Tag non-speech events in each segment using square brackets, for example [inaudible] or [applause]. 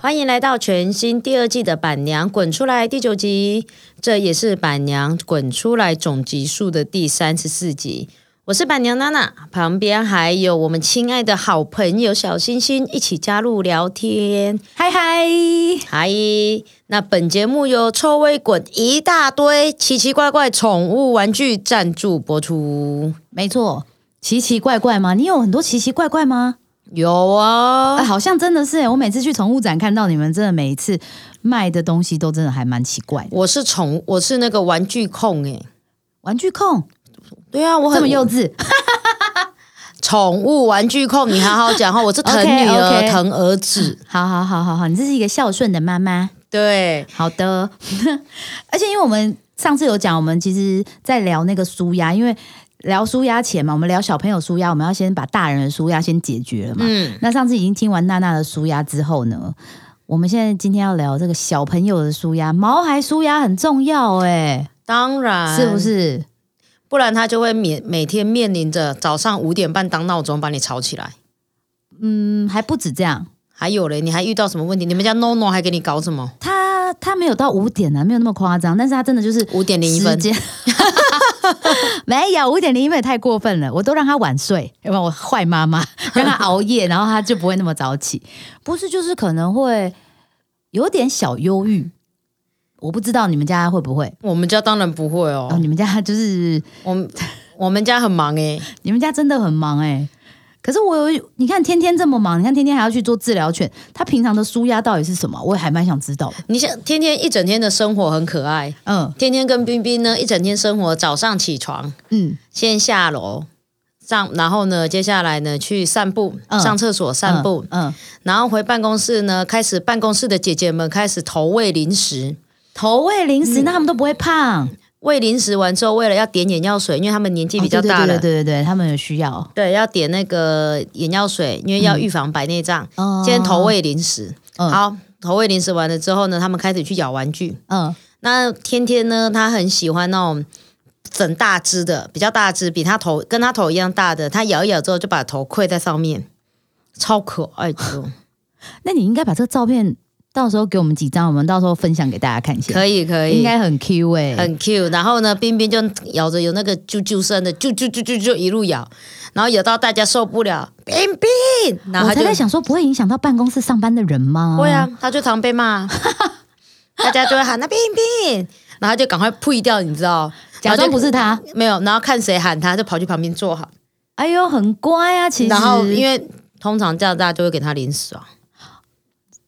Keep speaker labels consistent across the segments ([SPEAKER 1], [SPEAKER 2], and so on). [SPEAKER 1] 欢迎来到全新第二季的《板娘滚出来》第九集，这也是《板娘滚出来》总集数的第三十四集。我是板娘娜娜，旁边还有我们亲爱的好朋友小星星一起加入聊天。
[SPEAKER 2] 嗨嗨，
[SPEAKER 1] 嗨，那本节目由臭味滚一大堆奇奇怪怪宠物玩具赞助播出。
[SPEAKER 2] 没错，奇奇怪怪吗？你有很多奇奇怪怪吗？
[SPEAKER 1] 有啊，
[SPEAKER 2] 哎，好像真的是哎，我每次去宠物展看到你们，真的每一次卖的东西都真的还蛮奇怪的。
[SPEAKER 1] 我是宠，我是那个玩具控诶、
[SPEAKER 2] 玩具控
[SPEAKER 1] 对啊，我
[SPEAKER 2] 这
[SPEAKER 1] 很
[SPEAKER 2] 么幼稚，
[SPEAKER 1] 宠物玩具控，你好好讲话。我
[SPEAKER 2] [laughs]
[SPEAKER 1] 是疼
[SPEAKER 2] OK，OK
[SPEAKER 1] 女儿、疼儿
[SPEAKER 2] [laughs]
[SPEAKER 1] 子。
[SPEAKER 2] [laughs] 好好好好好，你这是一个孝顺的妈妈。
[SPEAKER 1] 对，
[SPEAKER 2] 好的， [laughs] 而且因为我们上次有讲，我们其实在聊那个舒压，因为聊舒压前嘛，我们聊小朋友舒压，我们要先把大人的舒压先解决了嘛。
[SPEAKER 1] 嗯，
[SPEAKER 2] 那上次已经听完娜娜的舒压之后呢，我们现在今天要聊这个小朋友的舒压，毛孩舒压很重要哎、
[SPEAKER 1] 当然，
[SPEAKER 2] 是不？是？
[SPEAKER 1] 不然他就会每每天面临着早上五点半当闹钟把你吵起来。
[SPEAKER 2] 嗯，还不止这样，
[SPEAKER 1] 还有嘞，你还遇到什么问题？你们家 NONO 还给你搞什么？
[SPEAKER 2] 他他没有到五点啊，没有那么夸张，但是他真的就是
[SPEAKER 1] 五点零一
[SPEAKER 2] 时
[SPEAKER 1] 分，
[SPEAKER 2] 间。 [laughs] 没有五点零一分也太过分了，我都让他晚睡，要不然我坏
[SPEAKER 1] [laughs]
[SPEAKER 2] 妈妈让他熬夜，然后他就不会那么早起。不是，就是可能会有点小忧郁，我不知道你们家会不会。
[SPEAKER 1] 我们家当然不会
[SPEAKER 2] 哦，
[SPEAKER 1] 哦，
[SPEAKER 2] 你们家就是
[SPEAKER 1] 我们我们家很忙欸诶、
[SPEAKER 2] 你们家真的很忙哎、可是我有，你看天天这么忙，你看天天还要去做治疗犬，他平常的舒压到底是什么？我也还蛮想知道的。
[SPEAKER 1] 你想天天一整天的生活很可爱，
[SPEAKER 2] 嗯
[SPEAKER 1] 天天跟冰冰呢一整天生活，早上起床，
[SPEAKER 2] 嗯，
[SPEAKER 1] 先下楼上，然后呢，接下来呢去散步，
[SPEAKER 2] 嗯
[SPEAKER 1] 上厕所散步，
[SPEAKER 2] 嗯，嗯，
[SPEAKER 1] 然后回办公室呢，开始办公室的姐姐们开始投喂零食，
[SPEAKER 2] 投喂零食，那他们都不会胖，
[SPEAKER 1] 喂零食完之后，为了要点眼药水，因为他们年纪比较
[SPEAKER 2] 哦对
[SPEAKER 1] 大了，
[SPEAKER 2] 对对对对对，他们有需要。
[SPEAKER 1] 对要点那个眼药水，因为要预防白内障。
[SPEAKER 2] 哦
[SPEAKER 1] 先投，喂零食，
[SPEAKER 2] 嗯
[SPEAKER 1] 好，投喂零食完了之后呢，他们开始去咬玩具。
[SPEAKER 2] 嗯
[SPEAKER 1] 那天天呢，他很喜欢那种整大只的，比较大只，比他头跟他头一样大的，他咬一咬之后就把头跪在上面，超可爱
[SPEAKER 2] 哦
[SPEAKER 1] 的。
[SPEAKER 2] 那你应该把这个照片到时候给我们几张，我们到时候分享给大家看一下。
[SPEAKER 1] 可以可以，
[SPEAKER 2] 应该很 Q 哎、
[SPEAKER 1] 很 Q，然后呢，冰冰就咬着有那个啾啾声的，啾啾啾啾啾一路咬，然后咬到大家受不了，冰冰，然后
[SPEAKER 2] 我
[SPEAKER 1] 他
[SPEAKER 2] 才
[SPEAKER 1] 就
[SPEAKER 2] 在想哦说，不会影响到办公室上班的人吗？
[SPEAKER 1] 会啊，他就常被骂，大家就会喊那冰冰，然后他就赶快呸掉，你知道，
[SPEAKER 2] 假装不是他
[SPEAKER 1] 然后就没有，然后看谁喊他，就跑去旁边坐好，
[SPEAKER 2] 哎呦，很乖啊，其实。
[SPEAKER 1] 然后因为通常这样大家就会给他零食啊，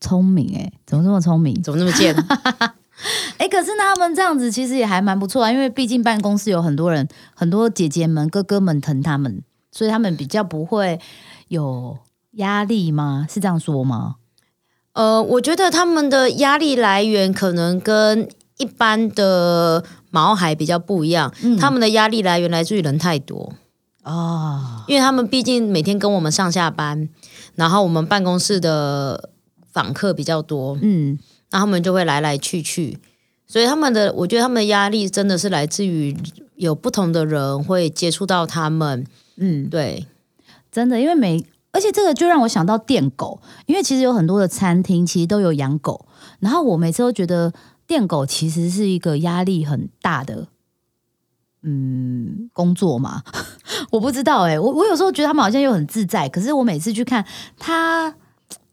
[SPEAKER 2] 聪明哎、怎么这么聪明？
[SPEAKER 1] 怎么那么贱？
[SPEAKER 2] 哎、可是呢，他们这样子其实也还蛮不错啊，因为毕竟办公室有很多人，很多姐姐们、哥哥们疼他们，所以他们比较不会有压力吗？是这样说吗？
[SPEAKER 1] 呃，我觉得他们的压力来源可能跟一般的毛孩比较不一样，他们的压力来源来自于人太多，
[SPEAKER 2] 啊、
[SPEAKER 1] 因为他们毕竟每天跟我们上下班，然后我们办公室的访客比较多，
[SPEAKER 2] 嗯，
[SPEAKER 1] 那他们就会来来去去，所以他们的，我觉得他们的压力真的是来自于有不同的人会接触到他们，
[SPEAKER 2] 嗯，
[SPEAKER 1] 对，
[SPEAKER 2] 真的，因为每而且这个就让我想到电狗，因为其实有很多的餐厅其实都有养狗，然后我每次都觉得电狗其实是一个压力很大的。嗯，工作嘛， [laughs] 我不知道哎、我我有时候觉得他们好像又很自在，可是我每次去看他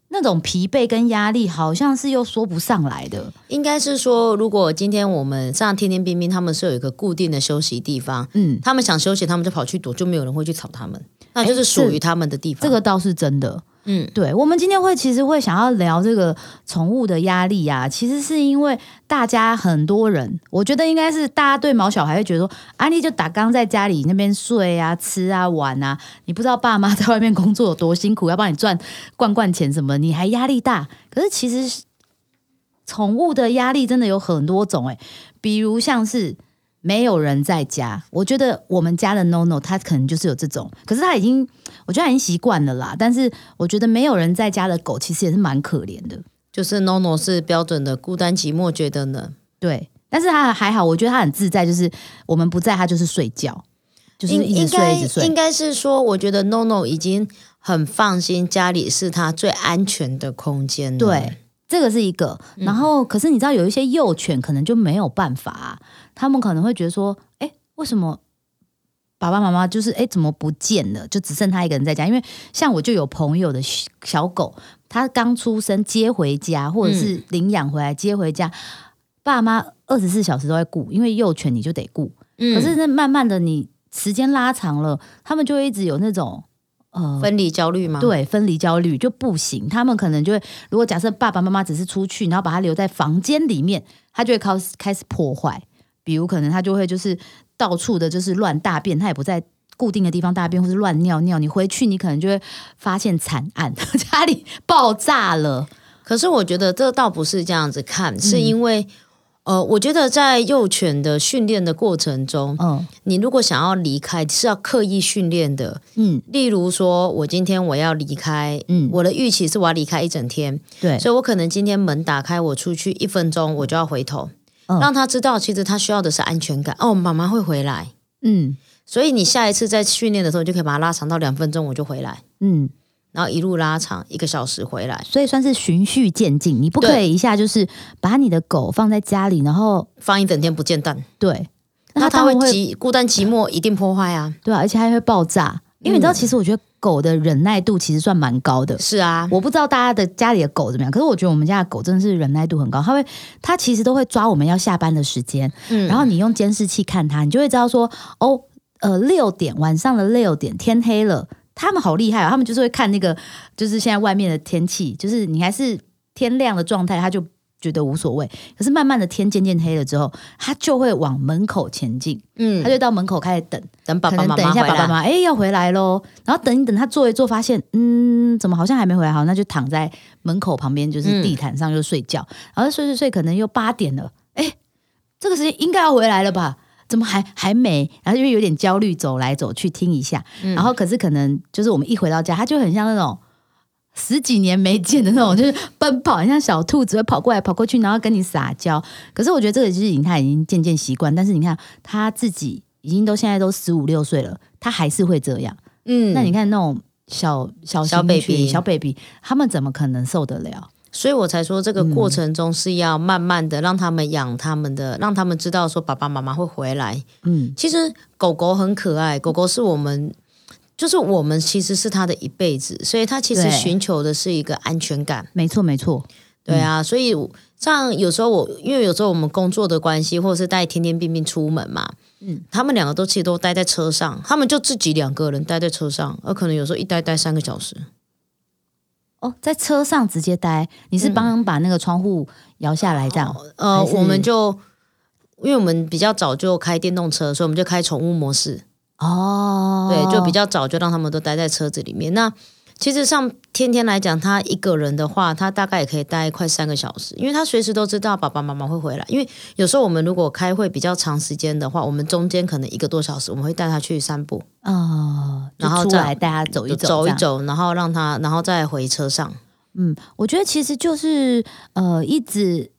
[SPEAKER 2] 那种疲惫跟压力，好像是又说不上来的。
[SPEAKER 1] 应该是说，如果今天我们像天天冰冰他们是有一个固定的休息地方，
[SPEAKER 2] 嗯，
[SPEAKER 1] 他们想休息，他们就跑去躲，就没有人会去吵他们，那就是属于他们的地方。
[SPEAKER 2] 这个倒是真的。
[SPEAKER 1] 嗯，
[SPEAKER 2] 对，我们今天会其实会想要聊这个宠物的压力啊，其实是因为大家很多人，我觉得应该是大家对毛小孩会觉得说，啊，你就打刚在家里那边睡啊、吃啊、玩啊，你不知道爸妈 [laughs] 在外面工作有多辛苦，要帮你赚罐罐钱什么，你还压力大。可是其实是宠物的压力真的有很多种、欸，比如像是。没有人在家，我觉得我们家的 NONO 他可能就是有这种，可是他已经，我觉得他已经习惯了啦。但是我觉得没有人在家的狗其实也是蛮可怜的，
[SPEAKER 1] 就是 NONO 是标准的孤单寂寞觉得冷，
[SPEAKER 2] 对。但是它还好，我觉得它很自在，就是我们不在，它就是睡觉，就是
[SPEAKER 1] 应
[SPEAKER 2] 一
[SPEAKER 1] 应
[SPEAKER 2] 直
[SPEAKER 1] 该
[SPEAKER 2] 睡一直
[SPEAKER 1] 应
[SPEAKER 2] 睡。
[SPEAKER 1] 该是说，我觉得 NONO 已经很放心，家里是他最安全的空间了。
[SPEAKER 2] 对，这个是一个。然后，可是你知道有一些幼犬可能就没有办法、啊他们可能会觉得说，哎，为什么？爸爸妈妈就是哎，怎么不见了？就只剩他一个人在家。因为像我就有朋友的小小狗，它刚出生接回家，或者是领养回来接回家，爸妈二十四小时都在顾，因为幼犬你就得顾。
[SPEAKER 1] 嗯
[SPEAKER 2] 可是那慢慢的你时间拉长了，他们就会一直有那种呃。
[SPEAKER 1] 分离焦虑吗？，
[SPEAKER 2] 对，分离焦虑就不行。他们可能就会，如果假设爸爸妈妈只是出去，然后把他留在房间里面，他就会开始开始破坏。比如可能他就会就是到处的就是乱大便，他也不在固定的地方大便，或是乱尿尿。你回去你可能就会发现惨案， [laughs] 家里爆炸了。
[SPEAKER 1] 可是我觉得这倒不是这样子看，是因为。呃，我觉得在幼犬的训练的过程中，
[SPEAKER 2] 嗯
[SPEAKER 1] 你如果想要离开，是要刻意训练的。
[SPEAKER 2] 嗯
[SPEAKER 1] 例如说，我今天我要离开，
[SPEAKER 2] 嗯，
[SPEAKER 1] 我的预期是我要离开一整天，
[SPEAKER 2] 对，
[SPEAKER 1] 所以我可能今天门打开，我出去一分钟，我就要回头，
[SPEAKER 2] 嗯
[SPEAKER 1] 让他知道其实他需要的是安全感。哦，妈妈会回来，
[SPEAKER 2] 嗯
[SPEAKER 1] 所以你下一次在训练的时候，你就可以把它拉长到两分钟，我就回来，
[SPEAKER 2] 嗯，
[SPEAKER 1] 然后一路拉长一个小时回来，
[SPEAKER 2] 所以算是循序渐进，你不可
[SPEAKER 1] 对
[SPEAKER 2] 以一下就是把你的狗放在家里，然后
[SPEAKER 1] 放一整天不见蛋，
[SPEAKER 2] 对，
[SPEAKER 1] 那
[SPEAKER 2] 它
[SPEAKER 1] 它
[SPEAKER 2] 当
[SPEAKER 1] 会
[SPEAKER 2] 然
[SPEAKER 1] 寂孤单寂寞，一定破坏啊。
[SPEAKER 2] 对啊，而且它还会爆炸。因
[SPEAKER 1] 嗯
[SPEAKER 2] 为你知道，其实我觉得狗的忍耐度其实算蛮高的。
[SPEAKER 1] 是啊，
[SPEAKER 2] 我不知道大家的家里的狗怎么样，可是我觉得我们家的狗真的是忍耐度很高，它会它其实都会抓我们要下班的时间，
[SPEAKER 1] 嗯
[SPEAKER 2] 然后你用监视器看它，你就会知道说哦，呃，六点晚上的六点天黑了，他们好厉害哦，他们就是会看那个就是现在外面的天气，就是你还是天亮的状态，它就。觉得无所谓，可是慢慢的天渐渐黑了之后，它就会往门口前进，它
[SPEAKER 1] 嗯，
[SPEAKER 2] 就到门口开始等，
[SPEAKER 1] 等爸
[SPEAKER 2] 可
[SPEAKER 1] 爸
[SPEAKER 2] 能
[SPEAKER 1] 妈
[SPEAKER 2] 等
[SPEAKER 1] 妈
[SPEAKER 2] 一
[SPEAKER 1] 回
[SPEAKER 2] 下爸爸
[SPEAKER 1] 来，
[SPEAKER 2] 妈妈，哎、要回来喽。然后等一等，他坐一坐，发现，嗯，怎么好像还没回来？好，那就躺在门口旁边，就是地毯上就睡觉。然后睡睡睡，可能又八点了，哎、这个时间应该要回来了吧？怎么还还没？然后就有点焦虑，走来走去听一下。
[SPEAKER 1] 嗯
[SPEAKER 2] 然后可是可能就是我们一回到家，他就很像那种。十几年没见的那种， [laughs] 就是奔跑，很像小兔子会跑过来跑过去，然后跟你撒娇。可是我觉得这个就是已经他已经渐渐习惯，但是你看他自己已经都现在都十五六岁了，他还是会这样。
[SPEAKER 1] 嗯，
[SPEAKER 2] 那你看那种小小
[SPEAKER 1] 小
[SPEAKER 2] 型
[SPEAKER 1] baby
[SPEAKER 2] 犬小 baby，他们怎么可能受得了？
[SPEAKER 1] 所以我才说这个过
[SPEAKER 2] 嗯
[SPEAKER 1] 程中是要慢慢的让他们养他们的，让他们知道说爸爸妈妈会回来。
[SPEAKER 2] 嗯
[SPEAKER 1] 其实狗狗很可爱，狗狗是我们。就是我们其实是它的一辈子，所以它其实
[SPEAKER 2] 对
[SPEAKER 1] 寻求的是一个安全感，
[SPEAKER 2] 没错没错，
[SPEAKER 1] 对啊，所以像有时候我，因为有时候我们工作的关系，或者是带天天病病出门嘛，嗯
[SPEAKER 2] 嗯，
[SPEAKER 1] 他们两个都其实都待在车上，他们就自己两个人待在车上，而可能有时候一待待三个小时，
[SPEAKER 2] 哦，在车上直接待，你
[SPEAKER 1] 嗯
[SPEAKER 2] 是帮把那个窗户摇下来这样？
[SPEAKER 1] 呃，
[SPEAKER 2] 还是
[SPEAKER 1] 我们就因为我们比较早就开电动车，所以我们就开宠物模式，
[SPEAKER 2] 哦，
[SPEAKER 1] 对，就比较早就让他们都待在车子里面。那其实像天天来讲，他一个人的话，他大概也可以待快三个小时，因为他随时都知道爸爸妈妈会回来。因为有时候我们如果开会比较长时间的话，我们中间可能一个多小时，我们会带他去散步，
[SPEAKER 2] 哦，就
[SPEAKER 1] 然后
[SPEAKER 2] 出
[SPEAKER 1] 这样
[SPEAKER 2] 来带他走一走，
[SPEAKER 1] 走一
[SPEAKER 2] 这样
[SPEAKER 1] 走，然后让他，然后再回车上。
[SPEAKER 2] 嗯，我觉得其实就是呃，一直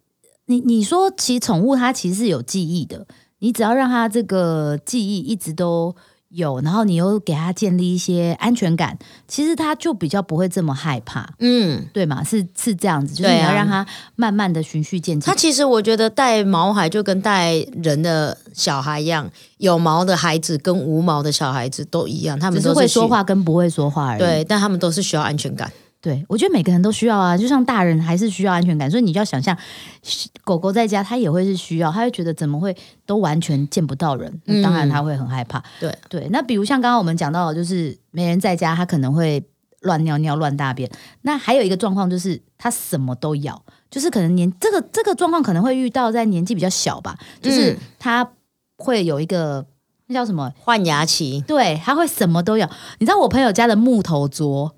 [SPEAKER 2] 你你说，其实宠物它其实是有记忆的，你只要让它这个记忆一直都有，然后你又给它建立一些安全感，其实它就比较不会这么害怕，
[SPEAKER 1] 嗯，
[SPEAKER 2] 对吗？是是这样子，就是
[SPEAKER 1] 对
[SPEAKER 2] 你要
[SPEAKER 1] 啊
[SPEAKER 2] 让它慢慢的循序渐进
[SPEAKER 1] 它。其实我觉得带毛孩就跟带人的小孩一样，有毛的孩子跟无毛的小孩子都一样，他
[SPEAKER 2] 只
[SPEAKER 1] 们都
[SPEAKER 2] 是会
[SPEAKER 1] 需
[SPEAKER 2] 说，话跟不会说话而已。
[SPEAKER 1] 对，但他们都是需要安全感。
[SPEAKER 2] 对，我觉得每个人都需要啊，就像大人还是需要安全感，所以你就要想象，嘘狗狗在家它也会是需要，它会觉得怎么会都完全见不到人，
[SPEAKER 1] 嗯
[SPEAKER 2] 当然它会很害怕。
[SPEAKER 1] 对
[SPEAKER 2] 对，那比如像刚刚我们讲到的，就是没人在家，它可能会乱尿尿、乱大便。那还有一个状况就是它什么都咬，就是可能年这个这个状况可能会遇到在年纪比较小吧，就是
[SPEAKER 1] 嗯
[SPEAKER 2] 它会有一个那叫什么
[SPEAKER 1] 换牙期，
[SPEAKER 2] 对，他会什么都有。你知道我朋友家的木头桌，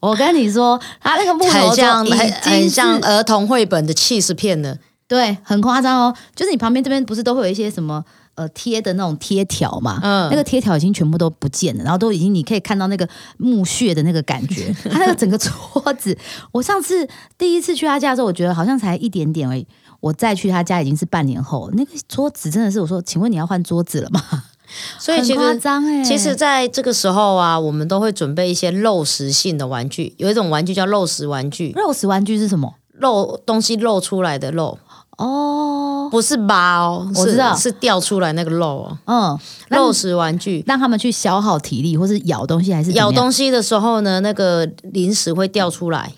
[SPEAKER 2] 我跟你说，他那个木头
[SPEAKER 1] 很
[SPEAKER 2] 桌
[SPEAKER 1] 像
[SPEAKER 2] 已
[SPEAKER 1] 很
[SPEAKER 2] 经
[SPEAKER 1] 很
[SPEAKER 2] 是
[SPEAKER 1] 像儿童绘本的气势片了。
[SPEAKER 2] 对，很夸张哦。就是你旁边这边不是都会有一些什么呃贴的那种贴条嘛？
[SPEAKER 1] 嗯
[SPEAKER 2] 那个贴条已经全部都不见了，然后都已经你可以看到那个木屑的那个感
[SPEAKER 1] [laughs]
[SPEAKER 2] 觉。他那个整个桌子，我上次第一次去他家的时候，我觉得好像才一点点而已。我再去他家已经是半年后，那个桌子真的是我说，请问你要换桌子了吗？
[SPEAKER 1] 所以其
[SPEAKER 2] 很夸
[SPEAKER 1] 实。
[SPEAKER 2] 张哎，
[SPEAKER 1] 其实，在这个时候啊，我们都会准备一些肉食性的玩具。有一种玩具叫肉食玩具，
[SPEAKER 2] 肉食玩具是什么？
[SPEAKER 1] 肉东西露出来的肉，
[SPEAKER 2] 哦，
[SPEAKER 1] 不是疤哦，
[SPEAKER 2] 我
[SPEAKER 1] 是
[SPEAKER 2] 知道
[SPEAKER 1] 是掉出来那个肉哦。
[SPEAKER 2] 嗯，那
[SPEAKER 1] 肉食玩具，
[SPEAKER 2] 让他们去消耗体力，或是咬东西，还是
[SPEAKER 1] 咬
[SPEAKER 2] 西，
[SPEAKER 1] 东西的时候呢，那个零食会掉出来，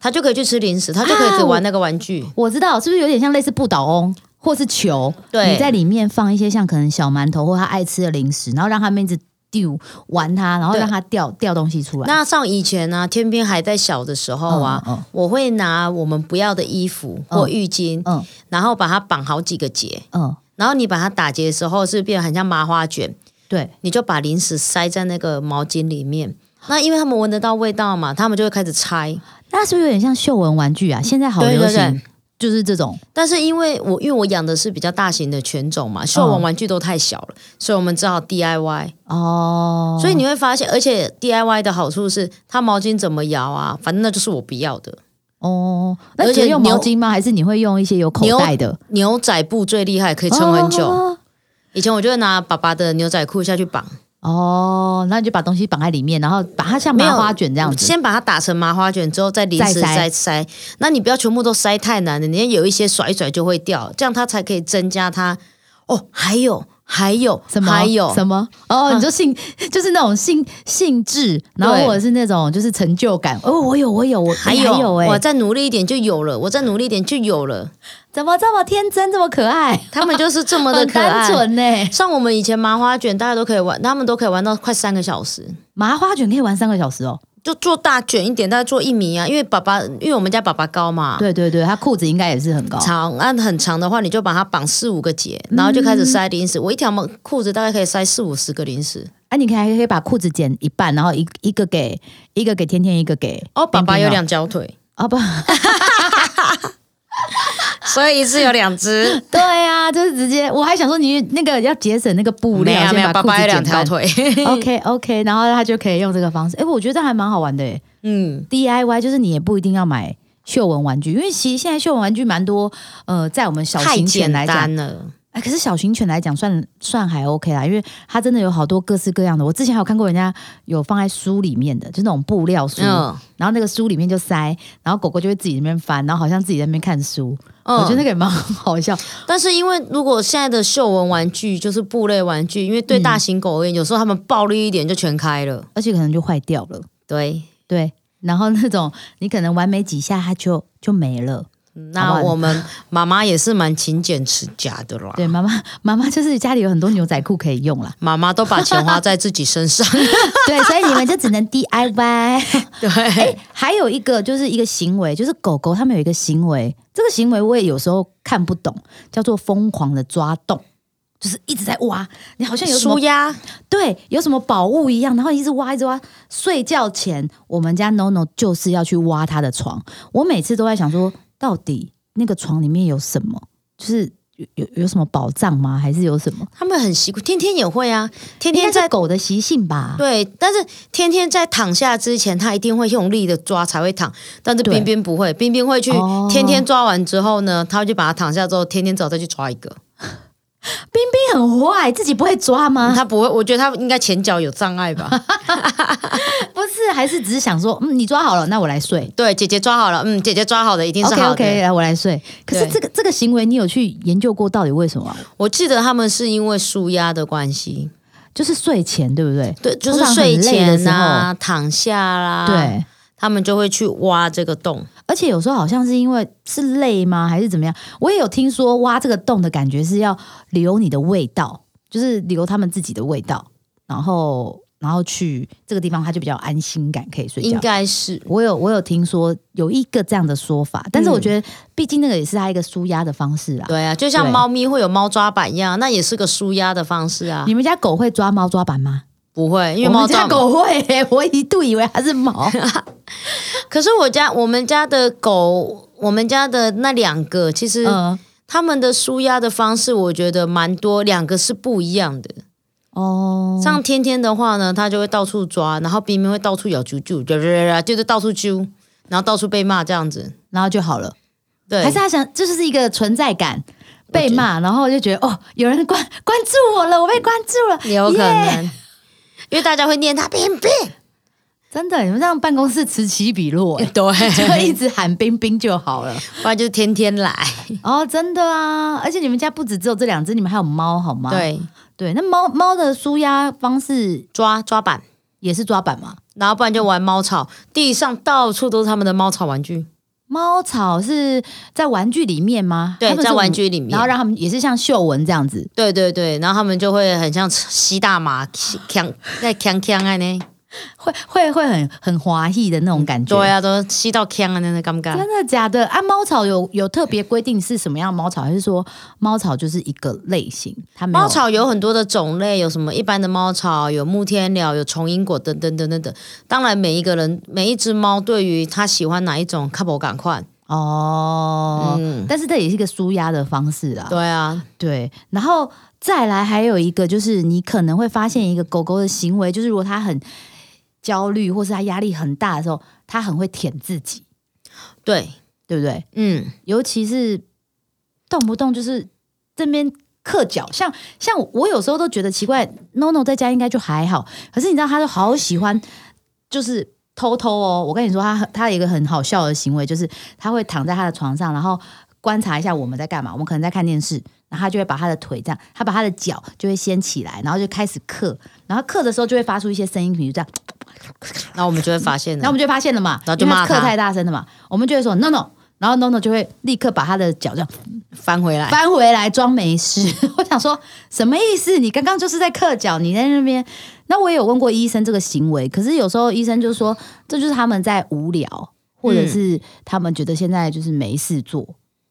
[SPEAKER 1] 他就可以去吃零食，他就可以
[SPEAKER 2] 啊
[SPEAKER 1] 去玩那个玩具。
[SPEAKER 2] 我知道，是不是有点像类似不倒翁或是球？
[SPEAKER 1] 对
[SPEAKER 2] 你在里面放一些像可能小馒头或他爱吃的零食，然后让他们一直丢玩它，然后
[SPEAKER 1] 对
[SPEAKER 2] 让它掉掉东西出来。
[SPEAKER 1] 那像以前呢、天边还在小的时候啊，
[SPEAKER 2] 嗯嗯
[SPEAKER 1] 我会拿我们不要的衣服或浴巾，
[SPEAKER 2] 嗯
[SPEAKER 1] 然后把它绑好几个结，
[SPEAKER 2] 嗯，
[SPEAKER 1] 然后你把它打结的时候是变得很像麻花卷，
[SPEAKER 2] 对，
[SPEAKER 1] 你就把零食塞在那个毛巾里面。那因为他们闻得到味道嘛，他们就会开始拆。
[SPEAKER 2] 那是不是有点像嗅闻玩具啊？现在好
[SPEAKER 1] 对
[SPEAKER 2] 流
[SPEAKER 1] 对
[SPEAKER 2] 行
[SPEAKER 1] 对，
[SPEAKER 2] 就是这种
[SPEAKER 1] 但是因为我因为我养的是比较大型的犬种嘛，秀
[SPEAKER 2] 嗯
[SPEAKER 1] 玩玩具都太小了，所以我们只好 DIY。
[SPEAKER 2] 哦。
[SPEAKER 1] 所以你会发现，而且 DIY 的好处是，它毛巾怎么摇啊，反正那就是我不要的。
[SPEAKER 2] 哦，那
[SPEAKER 1] 而
[SPEAKER 2] 只能
[SPEAKER 1] 且
[SPEAKER 2] 用毛
[SPEAKER 1] 牛
[SPEAKER 2] 巾吗？还是你会用一些有口
[SPEAKER 1] 牛
[SPEAKER 2] 袋的？啊
[SPEAKER 1] 牛仔布最厉害，可以撑很久。
[SPEAKER 2] 哦
[SPEAKER 1] 以前我就会拿爸爸的牛仔裤下去绑，
[SPEAKER 2] 哦，那你就把东西绑在里面，然后把它像
[SPEAKER 1] 没有
[SPEAKER 2] 麻花卷这样子。
[SPEAKER 1] 先把它打成麻花卷，之后再临时
[SPEAKER 2] 再
[SPEAKER 1] 塞
[SPEAKER 2] 塞
[SPEAKER 1] 塞。那你不要全部都塞太难了，你有一些甩一甩就会掉，这样它才可以增加它。哦，还有还有
[SPEAKER 2] 什么？
[SPEAKER 1] 还有嗯
[SPEAKER 2] 什么？哦，你就兴， [laughs] 就是那种兴兴致，然后
[SPEAKER 1] 对
[SPEAKER 2] 或者是那种就是成就感。哦，我有，我有，我
[SPEAKER 1] 还
[SPEAKER 2] 有，
[SPEAKER 1] 有，
[SPEAKER 2] 还有哎、
[SPEAKER 1] 我再努力一点就有了，我再努力一点就有了。
[SPEAKER 2] 怎么这么天真，这么可爱，
[SPEAKER 1] 他们就是这么的
[SPEAKER 2] 很
[SPEAKER 1] 可爱。
[SPEAKER 2] 单纯欸呢、
[SPEAKER 1] 像我们以前麻花卷，大家都可以玩，他们都可以玩到快三个小时，
[SPEAKER 2] 麻花卷可以玩三个小时哦。
[SPEAKER 1] 就做大卷一点，大概做一米啊。因为爸爸，因为我们家爸爸高嘛，
[SPEAKER 2] 对对对，他裤子应该也是很高。
[SPEAKER 1] 长，按很长的话，你就把它绑四五个结，然后就开始塞零食。我一条毛裤子大概可以塞四五十个零食。
[SPEAKER 2] 哎、啊，你可以还可以把裤子剪一半，然后一一个给一个给天天，一个给
[SPEAKER 1] 哦，爸爸
[SPEAKER 2] 冰冰
[SPEAKER 1] 有
[SPEAKER 2] 哦
[SPEAKER 1] 两条腿，
[SPEAKER 2] 啊不， [laughs]。
[SPEAKER 1] 所以一次有两只
[SPEAKER 2] 对啊，就是直接，我还想说你那个要节省那个布
[SPEAKER 1] 没
[SPEAKER 2] 料，
[SPEAKER 1] 有没有，
[SPEAKER 2] 先
[SPEAKER 1] 爸
[SPEAKER 2] 把裤子
[SPEAKER 1] 爸有
[SPEAKER 2] 剪
[SPEAKER 1] 两
[SPEAKER 2] 半。
[SPEAKER 1] 条腿。 [laughs]
[SPEAKER 2] [laughs] OK OK，然后他就可以用这个方式。哎、我觉得这还蛮好玩的、欸诶
[SPEAKER 1] 嗯，
[SPEAKER 2] DIY 就是你也不一定要买嗅闻玩具，因为其实现在嗅闻玩具蛮多，呃，在我们小
[SPEAKER 1] 太
[SPEAKER 2] 型犬
[SPEAKER 1] 简
[SPEAKER 2] 来讲，
[SPEAKER 1] 单了。
[SPEAKER 2] 哎，可是小型犬来讲算算还 OK 啦，因为它真的有好多各式各样的。我之前还有看过人家有放在书里面的，就那种布料书，
[SPEAKER 1] 嗯
[SPEAKER 2] 然后那个书里面就塞，然后狗狗就会自己在那边翻，然后好像自己在那边看书，
[SPEAKER 1] 嗯
[SPEAKER 2] 我觉得那个也蛮好笑。
[SPEAKER 1] 但是因为如果现在的嗅闻玩具就是布类玩具，因为对大型狗而言，有时候它们暴力一点就全开了。
[SPEAKER 2] 而且可能就坏掉了，
[SPEAKER 1] 对，
[SPEAKER 2] 对。然后那种你可能玩没几下它就就没了。好
[SPEAKER 1] 那
[SPEAKER 2] 吧
[SPEAKER 1] 我们妈妈也是蛮勤俭持家的啦。。
[SPEAKER 2] 对，妈妈妈妈就是家里有很多牛仔裤可以用啦
[SPEAKER 1] 妈妈都把钱花在自己身
[SPEAKER 2] [laughs]
[SPEAKER 1] 上。
[SPEAKER 2] 对，所以你们就只能 [laughs] DIY。
[SPEAKER 1] 对，
[SPEAKER 2] 哎还有一个就是一个行为，就是狗狗它们有一个行为，这个行为我也有时候看不懂，叫做疯狂的抓洞。就是一直在挖，你好像有什么
[SPEAKER 1] 舒压
[SPEAKER 2] 对，有什么宝物一样，然后一直挖，一直挖。睡觉前，我们家 NONO 就是要去挖他的床。我每次都在想说，到底那个床里面有什么？就是有有有什么宝藏吗？还是有什么？
[SPEAKER 1] 他们很习惯，天天也会啊，天
[SPEAKER 2] 应该
[SPEAKER 1] 天
[SPEAKER 2] 是
[SPEAKER 1] 在
[SPEAKER 2] 狗的习性吧？
[SPEAKER 1] 对，但是天天在躺下之前，他一定会用力的抓才会躺，但是
[SPEAKER 2] 对
[SPEAKER 1] 冰冰不会，冰冰会去、
[SPEAKER 2] 哦
[SPEAKER 1] 天天抓完之后呢，他就把它躺下之后，天天早再去抓一个，
[SPEAKER 2] 你很坏，自己不会抓吗？
[SPEAKER 1] 他不会，我觉得他应该前脚有障碍吧？
[SPEAKER 2] [laughs] 不是，还是只是想说，嗯，你抓好了，那我来睡。
[SPEAKER 1] 对，姐姐抓好了，嗯，姐姐抓好的一定是
[SPEAKER 2] OK
[SPEAKER 1] 好的。
[SPEAKER 2] OK，来我来睡。可是
[SPEAKER 1] 对
[SPEAKER 2] 这个这个行为，你有去研究过到底为什么啊？
[SPEAKER 1] 我记得他们是因为舒压的关系，
[SPEAKER 2] 就是睡前，对不对？
[SPEAKER 1] 对，啊就
[SPEAKER 2] 通
[SPEAKER 1] 是
[SPEAKER 2] 常很
[SPEAKER 1] 睡
[SPEAKER 2] 累的
[SPEAKER 1] 前
[SPEAKER 2] 时候
[SPEAKER 1] 啊，躺下啦，，
[SPEAKER 2] 对。
[SPEAKER 1] 他们就会去挖这个洞。
[SPEAKER 2] 而且有时候好像是因为是累吗，还是怎么样？我也有听说挖这个洞的感觉是要留你的味道，就是留他们自己的味道，然后然后去这个地方，他就比较有安心感，可以睡
[SPEAKER 1] 应
[SPEAKER 2] 觉。
[SPEAKER 1] 该是
[SPEAKER 2] 我有我有听说有一个这样的说法，但是
[SPEAKER 1] 嗯
[SPEAKER 2] 我觉得毕竟那个也是他一个舒压的方式啦。
[SPEAKER 1] 对啊，就像
[SPEAKER 2] 对
[SPEAKER 1] 猫咪会有猫抓板一样，那也是个舒压的方式啊。
[SPEAKER 2] 你们家狗会抓猫抓板吗？
[SPEAKER 1] 不会，因为
[SPEAKER 2] 我
[SPEAKER 1] 猫
[SPEAKER 2] 们家
[SPEAKER 1] 抓
[SPEAKER 2] 狗会、 [laughs] 我一度以为它是
[SPEAKER 1] [laughs]
[SPEAKER 2] 猫。
[SPEAKER 1] 可是我家我们家的狗，我们家的那两个，其实
[SPEAKER 2] 嗯，
[SPEAKER 1] 他们的舒压的方式，我觉得蛮多，两个是不一样的。
[SPEAKER 2] 哦，
[SPEAKER 1] 像天天的话呢，它就会到处抓，然后冰冰会到处咬啾啾，啾啾啾啾就是到处啾，然后到处被骂这样子。
[SPEAKER 2] 然后就好了。
[SPEAKER 1] 对
[SPEAKER 2] 还，是他想，这就是一个存在感。被骂，然后就觉得哦，有人关关注我了，我被关
[SPEAKER 1] [laughs]
[SPEAKER 2] 注了，
[SPEAKER 1] 有可
[SPEAKER 2] 耶
[SPEAKER 1] 能因为大家会念他冰冰，，
[SPEAKER 2] 真的，你们这样办公室此起彼落、欸
[SPEAKER 1] [laughs] 对，
[SPEAKER 2] [laughs] 就一直喊冰冰就好
[SPEAKER 1] [laughs]
[SPEAKER 2] 了。
[SPEAKER 1] 不然就是天天来，
[SPEAKER 2] 哦，真的啊，而且你们家不止只有这两只，你们还有猫好吗？
[SPEAKER 1] 对，
[SPEAKER 2] 对，那猫猫的舒压方式
[SPEAKER 1] 抓抓板，
[SPEAKER 2] 也是抓板嘛。
[SPEAKER 1] 然后不然就玩猫草，地上到处都是他们的猫草玩具，
[SPEAKER 2] 猫草是在玩具里面吗？
[SPEAKER 1] 对
[SPEAKER 2] 它，们是
[SPEAKER 1] 在玩具里面
[SPEAKER 2] 然后。让他们也是像嗅闻这样子，
[SPEAKER 1] 对对对，然后他们就会很像吸大麻，呛在呛呛啊呢，
[SPEAKER 2] 会会会很很滑稽的那种感觉。
[SPEAKER 1] 对啊，都吸到呛啊那那尴尬
[SPEAKER 2] 真。的假的啊？猫草有有特别规定是什么样的猫草，还是说猫草就是一个类型？它没有
[SPEAKER 1] 猫草有很多的种类，有什么一般的猫草，有木天鸟，有虫蝇果等等等等等。当然，每一个人每一只猫对于它喜欢哪一种，看不赶快。
[SPEAKER 2] 哦，
[SPEAKER 1] 嗯，
[SPEAKER 2] 但是这也是一个舒压的方式啊。
[SPEAKER 1] 对啊，
[SPEAKER 2] 对，然后再来还有一个就是，你可能会发现一个狗狗的行为，就是如果它很焦虑或是它压力很大的时候，它很会舔自己，
[SPEAKER 1] 对，
[SPEAKER 2] 对不对？
[SPEAKER 1] 嗯，
[SPEAKER 2] 尤其是动不动就是这边刻脚，像像我有时候都觉得奇怪，NONO 在家应该就还好，可是你知道，他就好喜欢就是。偷偷哦，我跟你说，他他有一个很好笑的行为，就是他会躺在他的床上，然后观察一下我们在干嘛。我们可能在看电视，然后他就会把他的腿这样，他把他的脚就会掀起来，然后就开始刻，然后刻的时候就会发出一些声音，比如这样，
[SPEAKER 1] 那我们就会发现
[SPEAKER 2] 然后
[SPEAKER 1] 了。
[SPEAKER 2] 我们就发现了嘛，
[SPEAKER 1] 然后就
[SPEAKER 2] 因为
[SPEAKER 1] 骂
[SPEAKER 2] 刻
[SPEAKER 1] 他
[SPEAKER 2] 太大声了嘛，我们就会说 no no，然后 no no 就会立刻把他的脚这样
[SPEAKER 1] 翻回
[SPEAKER 2] [laughs]
[SPEAKER 1] 来，
[SPEAKER 2] 翻回来装没事。 [laughs] 我想说什么意思？你刚刚就是在刻脚，你在那边。那我也有问过医生这个行为，可是有时候医生就说这就是他们在无聊，或者是他们觉得现在就是没事做，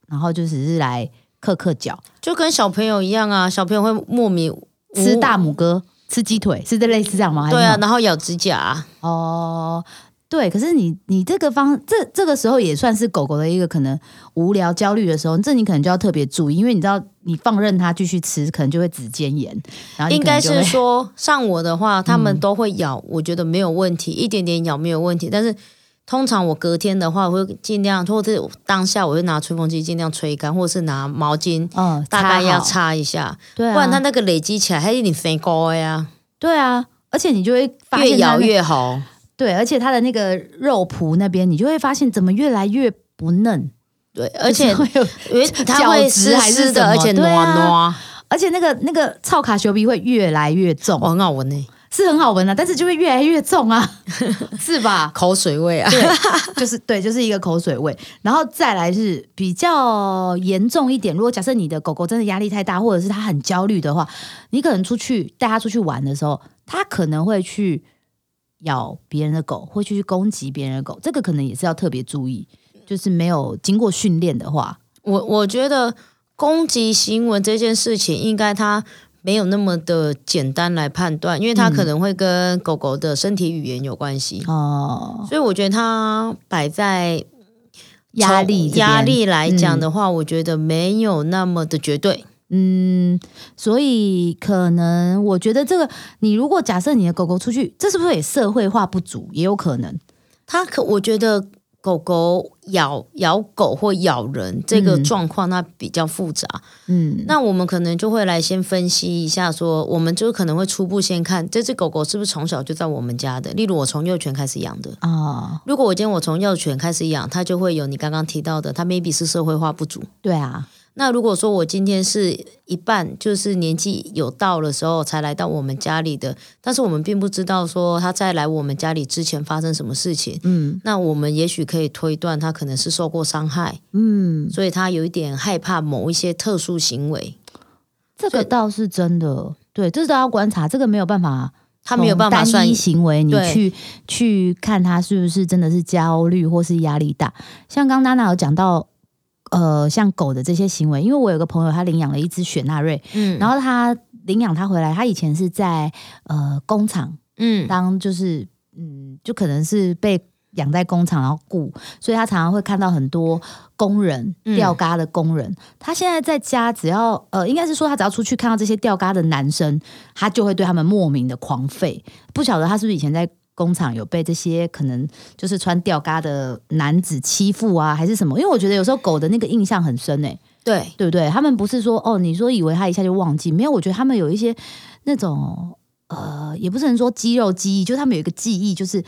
[SPEAKER 2] 然后就只是来刻刻脚，
[SPEAKER 1] 就跟小朋友一样啊，小朋友会莫名哦
[SPEAKER 2] 吃大拇哥，吃鸡腿，是这类似这样吗？还是
[SPEAKER 1] 对
[SPEAKER 2] 什
[SPEAKER 1] 啊
[SPEAKER 2] 么，
[SPEAKER 1] 然后咬指甲啊、
[SPEAKER 2] 哦，对，可是你你这个方这这个时候也算是狗狗的一个可能无聊焦虑的时候，这你可能就要特别注意，因为你知道你放任它继续吃，可能就会指尖炎，然后你
[SPEAKER 1] 应
[SPEAKER 2] 可能
[SPEAKER 1] 该
[SPEAKER 2] 就
[SPEAKER 1] [laughs]
[SPEAKER 2] 会
[SPEAKER 1] 是说像我的话，他们都会咬，我觉得没有问题，一点点咬没有问题。但是通常我隔天的话，我会尽量，或者是当下我会拿吹风机尽量吹干，或者是拿毛巾
[SPEAKER 2] 嗯，
[SPEAKER 1] 大概要
[SPEAKER 2] 擦好，
[SPEAKER 1] 擦一下，
[SPEAKER 2] 对啊，
[SPEAKER 1] 不然它那个累积起来，它有点肥膏呀，
[SPEAKER 2] 对啊，而且你就会发现
[SPEAKER 1] 越
[SPEAKER 2] 它
[SPEAKER 1] 咬
[SPEAKER 2] 那
[SPEAKER 1] 越红。
[SPEAKER 2] 对，而且它的那个肉脯那边，你就会发现怎么越来越不嫩，
[SPEAKER 1] 对，而且
[SPEAKER 2] [laughs] 就是会有
[SPEAKER 1] 因为它会湿湿的，而且
[SPEAKER 2] 对
[SPEAKER 1] 暖
[SPEAKER 2] 啊
[SPEAKER 1] 暖，
[SPEAKER 2] 而且那个那个臭卡修鼻会越来越重，
[SPEAKER 1] 哦，很好闻呢，
[SPEAKER 2] 是很好闻啊，但是就会越来越
[SPEAKER 1] [laughs]
[SPEAKER 2] 重啊，是吧？
[SPEAKER 1] 口水味啊。 [laughs]
[SPEAKER 2] 对，就是对，就是一个口水味。然后再来是比较严重一点，如果假设你的狗狗真的压力太大，或者是它很焦虑的话，你可能出去带它出去玩的时候，它可能会去咬别人的狗，会去攻击别人的狗，这个可能也是要特别注意。就是没有经过训练的话，
[SPEAKER 1] 我我觉得攻击行为这件事情，应该它没有那么的简单来判断，因为它可能会跟狗狗的身体语言有关系。
[SPEAKER 2] 哦，
[SPEAKER 1] 所以我觉得它摆在
[SPEAKER 2] 压力这
[SPEAKER 1] 从压
[SPEAKER 2] 边
[SPEAKER 1] 力来讲的话，我觉得没有那么的绝对。
[SPEAKER 2] 嗯，所以可能我觉得这个，你如果假设你的狗狗出去，这是不是也社会化不足，也有可能。
[SPEAKER 1] 它可我觉得狗狗咬咬狗或咬人这个
[SPEAKER 2] 嗯
[SPEAKER 1] 状况，它比较复杂。
[SPEAKER 2] 嗯，
[SPEAKER 1] 那我们可能就会来先分析一下说，我们就可能会初步先看这只狗狗是不是从小就在我们家的。例如我从幼犬开始养的，
[SPEAKER 2] 哦，
[SPEAKER 1] 如果我今天我从幼犬开始养，它就会有你刚刚提到的，它 maybe 是社会化不足。
[SPEAKER 2] 对啊，
[SPEAKER 1] 那如果说我今天是一半，就是年纪有到的时候才来到我们家里的，但是我们并不知道说它在来我们家里之前发生什么事情，
[SPEAKER 2] 嗯
[SPEAKER 1] 那我们也许可以推断它可能是受过伤害，
[SPEAKER 2] 嗯，
[SPEAKER 1] 所以它有一点害怕某一些特殊行为，
[SPEAKER 2] 这个倒是真的，对，这都要观察，这个没有办法，
[SPEAKER 1] 它没有办法算
[SPEAKER 2] 单一。行为，你
[SPEAKER 1] 对
[SPEAKER 2] 去去看他是不是真的是焦虑或是压力大。像刚刚娜娜有讲到，呃，像狗的这些行为，因为我有个朋友他领养了一只雪纳瑞，
[SPEAKER 1] 嗯
[SPEAKER 2] 然后他领养它回来，他以前是在呃工厂
[SPEAKER 1] 嗯，
[SPEAKER 2] 当就是嗯，就可能是被养在工厂然后雇，所以他常常会看到很多工人
[SPEAKER 1] 嗯
[SPEAKER 2] 吊嘎的工人。他现在在家，只要呃，应该是说他只要出去看到这些吊嘎的男生，他就会对他们莫名的狂吠。不晓得他是不是以前在。工厂有被这些可能就是穿吊嘎的男子欺负啊，还是什么？因为我觉得有时候狗的那个印象很深诶、
[SPEAKER 1] 对，
[SPEAKER 2] 对不对？他们不是说哦，你说以为他一下就忘记，没有，我觉得他们有一些那种呃，也不是能说肌肉记忆，就是他们有一个记忆，就是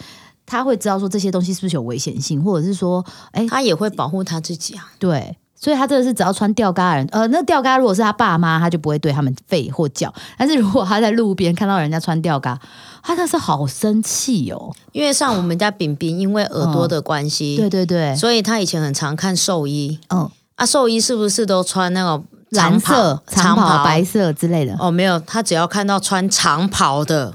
[SPEAKER 2] 他会知道说这些东西是不是有危险性，或者是说，哎，
[SPEAKER 1] 他也会保护他自己啊。
[SPEAKER 2] 对。所以他真的是只要穿吊嘎的人，呃，那吊嘎如果是他爸妈，他就不会对他们吠或叫。但是如果他在路边看到人家穿吊嘎，他那是好生气
[SPEAKER 1] [laughs]
[SPEAKER 2] 哦。
[SPEAKER 1] 因为像我们家饼饼，因为耳朵的关系，
[SPEAKER 2] 对对对，
[SPEAKER 1] 所以他以前很常看兽医
[SPEAKER 2] 嗯，
[SPEAKER 1] 啊。兽医是不是都穿那种
[SPEAKER 2] 蓝色
[SPEAKER 1] 长
[SPEAKER 2] 长
[SPEAKER 1] 袍、
[SPEAKER 2] 袍、白色之类的，
[SPEAKER 1] 哦，没有，他只要看到穿长袍的，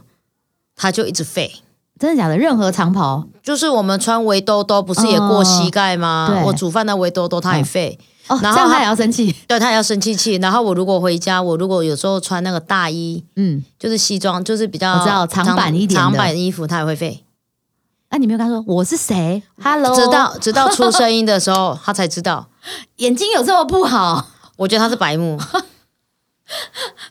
[SPEAKER 1] 他就一直吠。
[SPEAKER 2] 真的假的？任何长袍
[SPEAKER 1] 就是我们穿围兜兜，不是也过膝盖吗？
[SPEAKER 2] 嗯对
[SPEAKER 1] 我煮饭的围兜兜，他也吠，
[SPEAKER 2] 哦，这
[SPEAKER 1] 然后
[SPEAKER 2] 样
[SPEAKER 1] 他
[SPEAKER 2] 他也要生气。
[SPEAKER 1] 对他也要生气气。然后我如果回家，我如果有时候穿那个大衣，
[SPEAKER 2] 嗯，
[SPEAKER 1] 就是西装，就是比较
[SPEAKER 2] 我知道长版一点的
[SPEAKER 1] 长版衣服，他也会吠。
[SPEAKER 2] 那、啊你没有跟他说我是谁？Hello，
[SPEAKER 1] 直到直到出声音的时候，他才知道。
[SPEAKER 2] 眼睛有这么不好？
[SPEAKER 1] 我觉得他是白目，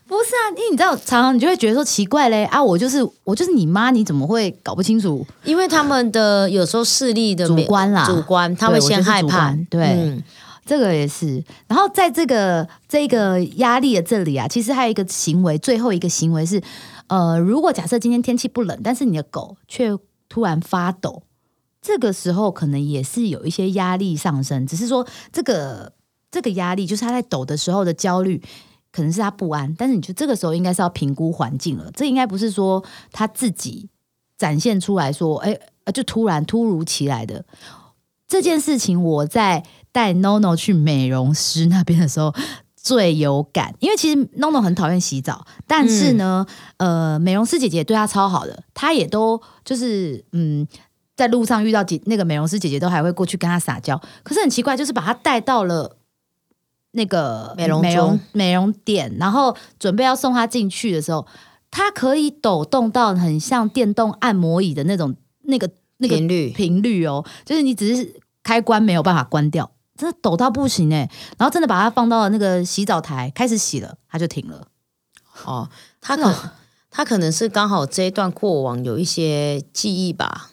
[SPEAKER 2] 不是啊，因为你知道，常常你就会觉得说奇怪嘞啊，我就是我就是你妈，你怎么会搞不清楚
[SPEAKER 1] 因为他们的有时候视力的
[SPEAKER 2] 主
[SPEAKER 1] 没
[SPEAKER 2] 观啦？
[SPEAKER 1] 主观，他会
[SPEAKER 2] 对我
[SPEAKER 1] 先
[SPEAKER 2] 就是
[SPEAKER 1] 害
[SPEAKER 2] 主
[SPEAKER 1] 怕
[SPEAKER 2] 观。对
[SPEAKER 1] 嗯
[SPEAKER 2] 这个也是。然后在这个这个压力的这里啊，其实还有一个行为，最后一个行为是，呃，如果假设今天天气不冷，但是你的狗却突然发抖，这个时候可能也是有一些压力上升，只是说这个这个压力就是它在抖的时候的焦虑。可能是它不安，但是你就这个时候应该是要评估环境了。这应该不是说它自己展现出来说，哎、呃就突然突如其来的这件事情。我在带 NONO 去美容师那边的时候最有感，因为其实 NONO 很讨厌洗澡，但是呢，呃，美容师姐姐对她超好的，她也都就是嗯。在路上遇到姐那个美容师姐姐，都还会过去跟她撒娇。可是很奇怪，就是把她带到了那个
[SPEAKER 1] 美容
[SPEAKER 2] 美
[SPEAKER 1] 中
[SPEAKER 2] 容美容店，然后准备要送她进去的时候，她可以抖动到很像电动按摩椅的那种那个那个
[SPEAKER 1] 频率
[SPEAKER 2] 频率哦，就是你只是开关没有办法关掉，真的抖到不行哎、然后真的把它放到了那个洗澡台开始洗了，它就停了。
[SPEAKER 1] 哦，他
[SPEAKER 2] 这种
[SPEAKER 1] 可他可能是刚好这一段过往有一些记忆吧，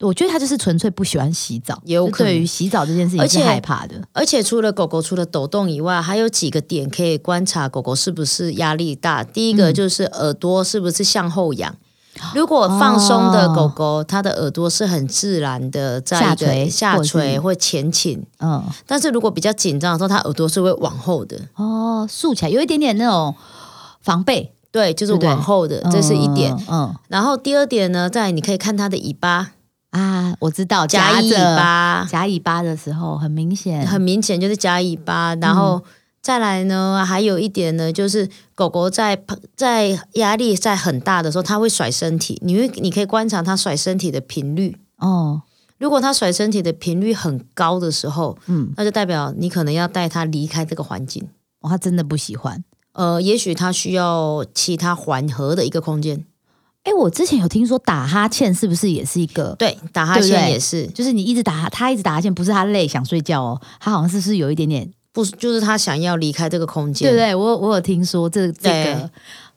[SPEAKER 2] 我觉得它就是纯粹不喜欢洗澡，
[SPEAKER 1] 也有
[SPEAKER 2] 就
[SPEAKER 1] 可能
[SPEAKER 2] 对于洗澡这件事
[SPEAKER 1] 而
[SPEAKER 2] 情是
[SPEAKER 1] 且
[SPEAKER 2] 害怕的。
[SPEAKER 1] 而且除了狗狗除了抖动以外，还有几个点可以观察狗狗是不是压力大。第一
[SPEAKER 2] 嗯
[SPEAKER 1] 个就是耳朵是不是向后仰。
[SPEAKER 2] 哦
[SPEAKER 1] 如果放松的狗狗，它的耳朵是很自然的在一个
[SPEAKER 2] 下垂
[SPEAKER 1] 下
[SPEAKER 2] 或者
[SPEAKER 1] 垂
[SPEAKER 2] 是
[SPEAKER 1] 或前倾，
[SPEAKER 2] 嗯，
[SPEAKER 1] 但是如果比较紧张的时候，它耳朵是会往后的。
[SPEAKER 2] 哦，竖起来有一点点那种防备，
[SPEAKER 1] 对，就是
[SPEAKER 2] 对不对
[SPEAKER 1] 往后的，这是一点。
[SPEAKER 2] 嗯。嗯
[SPEAKER 1] 然后第二点呢，在你可以看它的尾巴，
[SPEAKER 2] 啊，我知道，
[SPEAKER 1] 夹
[SPEAKER 2] 着
[SPEAKER 1] 尾，巴，
[SPEAKER 2] 夹尾巴的时候很明显，
[SPEAKER 1] 很明显就是夹尾巴，然后再来呢，还有一点呢，就是狗狗在在压力在很大的时候，它会甩身体，你会你可以观察它甩身体的频率。
[SPEAKER 2] 哦，
[SPEAKER 1] 如果它甩身体的频率很高的时候，
[SPEAKER 2] 嗯，
[SPEAKER 1] 那就代表你可能要带它离开这个环境。
[SPEAKER 2] 哦他真的不喜欢。
[SPEAKER 1] 呃，也许它需要其他缓和的一个空间。
[SPEAKER 2] 哎，我之前有听说打哈欠是不是也是一个
[SPEAKER 1] 对，打哈
[SPEAKER 2] 对不
[SPEAKER 1] 欠
[SPEAKER 2] 对
[SPEAKER 1] 也是，
[SPEAKER 2] 就是你一直打哈他一直打哈欠，不是他累想睡觉哦，他好像是不是有一点点，
[SPEAKER 1] 不就是它想要离开这个空间？
[SPEAKER 2] 对不对？我我有听说这这
[SPEAKER 1] 对
[SPEAKER 2] 个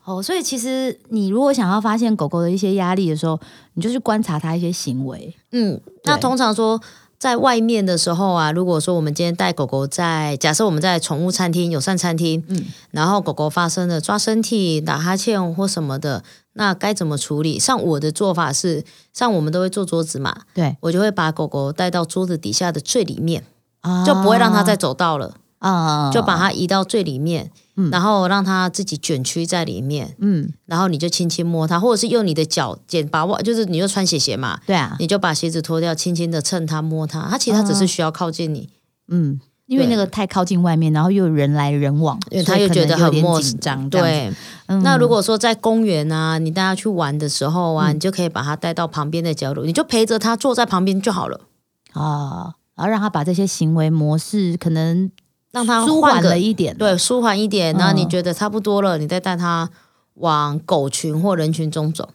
[SPEAKER 2] 哦，所以其实你如果想要发现狗狗的一些压力的时候，你就去观察它一些行为，
[SPEAKER 1] 嗯，那
[SPEAKER 2] 对
[SPEAKER 1] 通常说在外面的时候啊，如果说我们今天带狗狗在，假设我们在宠物餐厅、友善餐厅，
[SPEAKER 2] 嗯
[SPEAKER 1] 然后狗狗发生了抓身体、打哈欠或什么的，那该怎么处理？像我的做法是，像我们都会坐桌子嘛，
[SPEAKER 2] 对，
[SPEAKER 1] 我就会把狗狗带到桌子底下的最里面，
[SPEAKER 2] 啊
[SPEAKER 1] 就不会让它再走到了，
[SPEAKER 2] 啊
[SPEAKER 1] 就把它移到最里面，
[SPEAKER 2] 嗯
[SPEAKER 1] 然后让它自己卷曲在里面，
[SPEAKER 2] 嗯，
[SPEAKER 1] 然后你就轻轻摸它，或者是用你的脚尖把袜，就是你就穿鞋鞋嘛，
[SPEAKER 2] 对啊，
[SPEAKER 1] 你就把鞋子脱掉，轻轻的蹭它摸它，它其实它只是需要靠近你，
[SPEAKER 2] 嗯。因为
[SPEAKER 1] 对
[SPEAKER 2] 那个太靠近外面，然后又有人来人往，
[SPEAKER 1] 因为
[SPEAKER 2] 所
[SPEAKER 1] 它
[SPEAKER 2] 以
[SPEAKER 1] 又
[SPEAKER 2] 可
[SPEAKER 1] 觉
[SPEAKER 2] 能
[SPEAKER 1] 得
[SPEAKER 2] 有
[SPEAKER 1] 很
[SPEAKER 2] 点
[SPEAKER 1] 陌
[SPEAKER 2] 紧
[SPEAKER 1] 生。
[SPEAKER 2] 张。这样子，
[SPEAKER 1] 对，
[SPEAKER 2] 嗯嗯
[SPEAKER 1] 那如果说在公园啊，你带它去玩的时候啊，你就可以把它带到旁边的角落，你就陪着它坐在旁边就好了，
[SPEAKER 2] 啊，然后让他把这些行为模式可能
[SPEAKER 1] 让它
[SPEAKER 2] 舒
[SPEAKER 1] 换
[SPEAKER 2] 缓
[SPEAKER 1] 个
[SPEAKER 2] 了一点，
[SPEAKER 1] 对舒缓一点，然后你
[SPEAKER 2] 嗯
[SPEAKER 1] 觉得差不多了，你再带它往狗群或人群中走。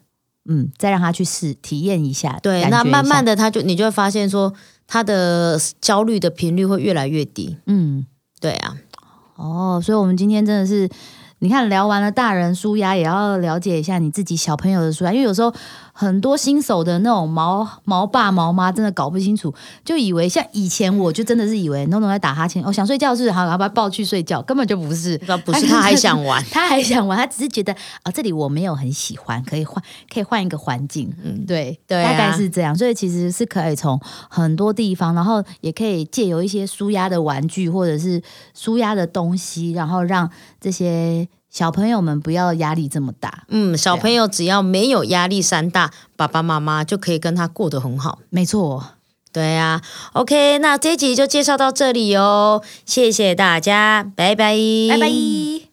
[SPEAKER 2] 嗯，再让他去试体验一下，
[SPEAKER 1] 对，
[SPEAKER 2] 感
[SPEAKER 1] 那
[SPEAKER 2] 觉一
[SPEAKER 1] 慢慢
[SPEAKER 2] 下，
[SPEAKER 1] 的，它就你就会发现说，它的焦虑的频率会越来越低。
[SPEAKER 2] 嗯，
[SPEAKER 1] 对啊，
[SPEAKER 2] 哦，所以我们今天真的是你看聊完了大人舒压，也要了解一下你自己小朋友的舒压，因为有时候很多新手的那种毛毛爸毛妈真的搞不清楚，就以为像以前我就真的是以为弄弄在打哈欠，哦想睡觉是不是好，然后把他抱去睡觉，根本就不是，，
[SPEAKER 1] 那不是他还想玩
[SPEAKER 2] [laughs] 他还想玩，他只是觉得啊、这里我没有很喜欢，可以换，可以换一个环境。嗯，对，
[SPEAKER 1] 对啊
[SPEAKER 2] 大概是这样。所以其实是可以从很多地方，然后也可以借由一些舒压的玩具或者是舒压的东西，然后让这些小朋友们不要压力这么大。
[SPEAKER 1] [laughs] 嗯，小朋友只要没有压力山大，爸爸妈妈就可以跟他过得很好。
[SPEAKER 2] 没错，
[SPEAKER 1] 对啊呀、o k 那这一集就介绍到这里哦，谢谢大家，拜拜，
[SPEAKER 2] 拜拜。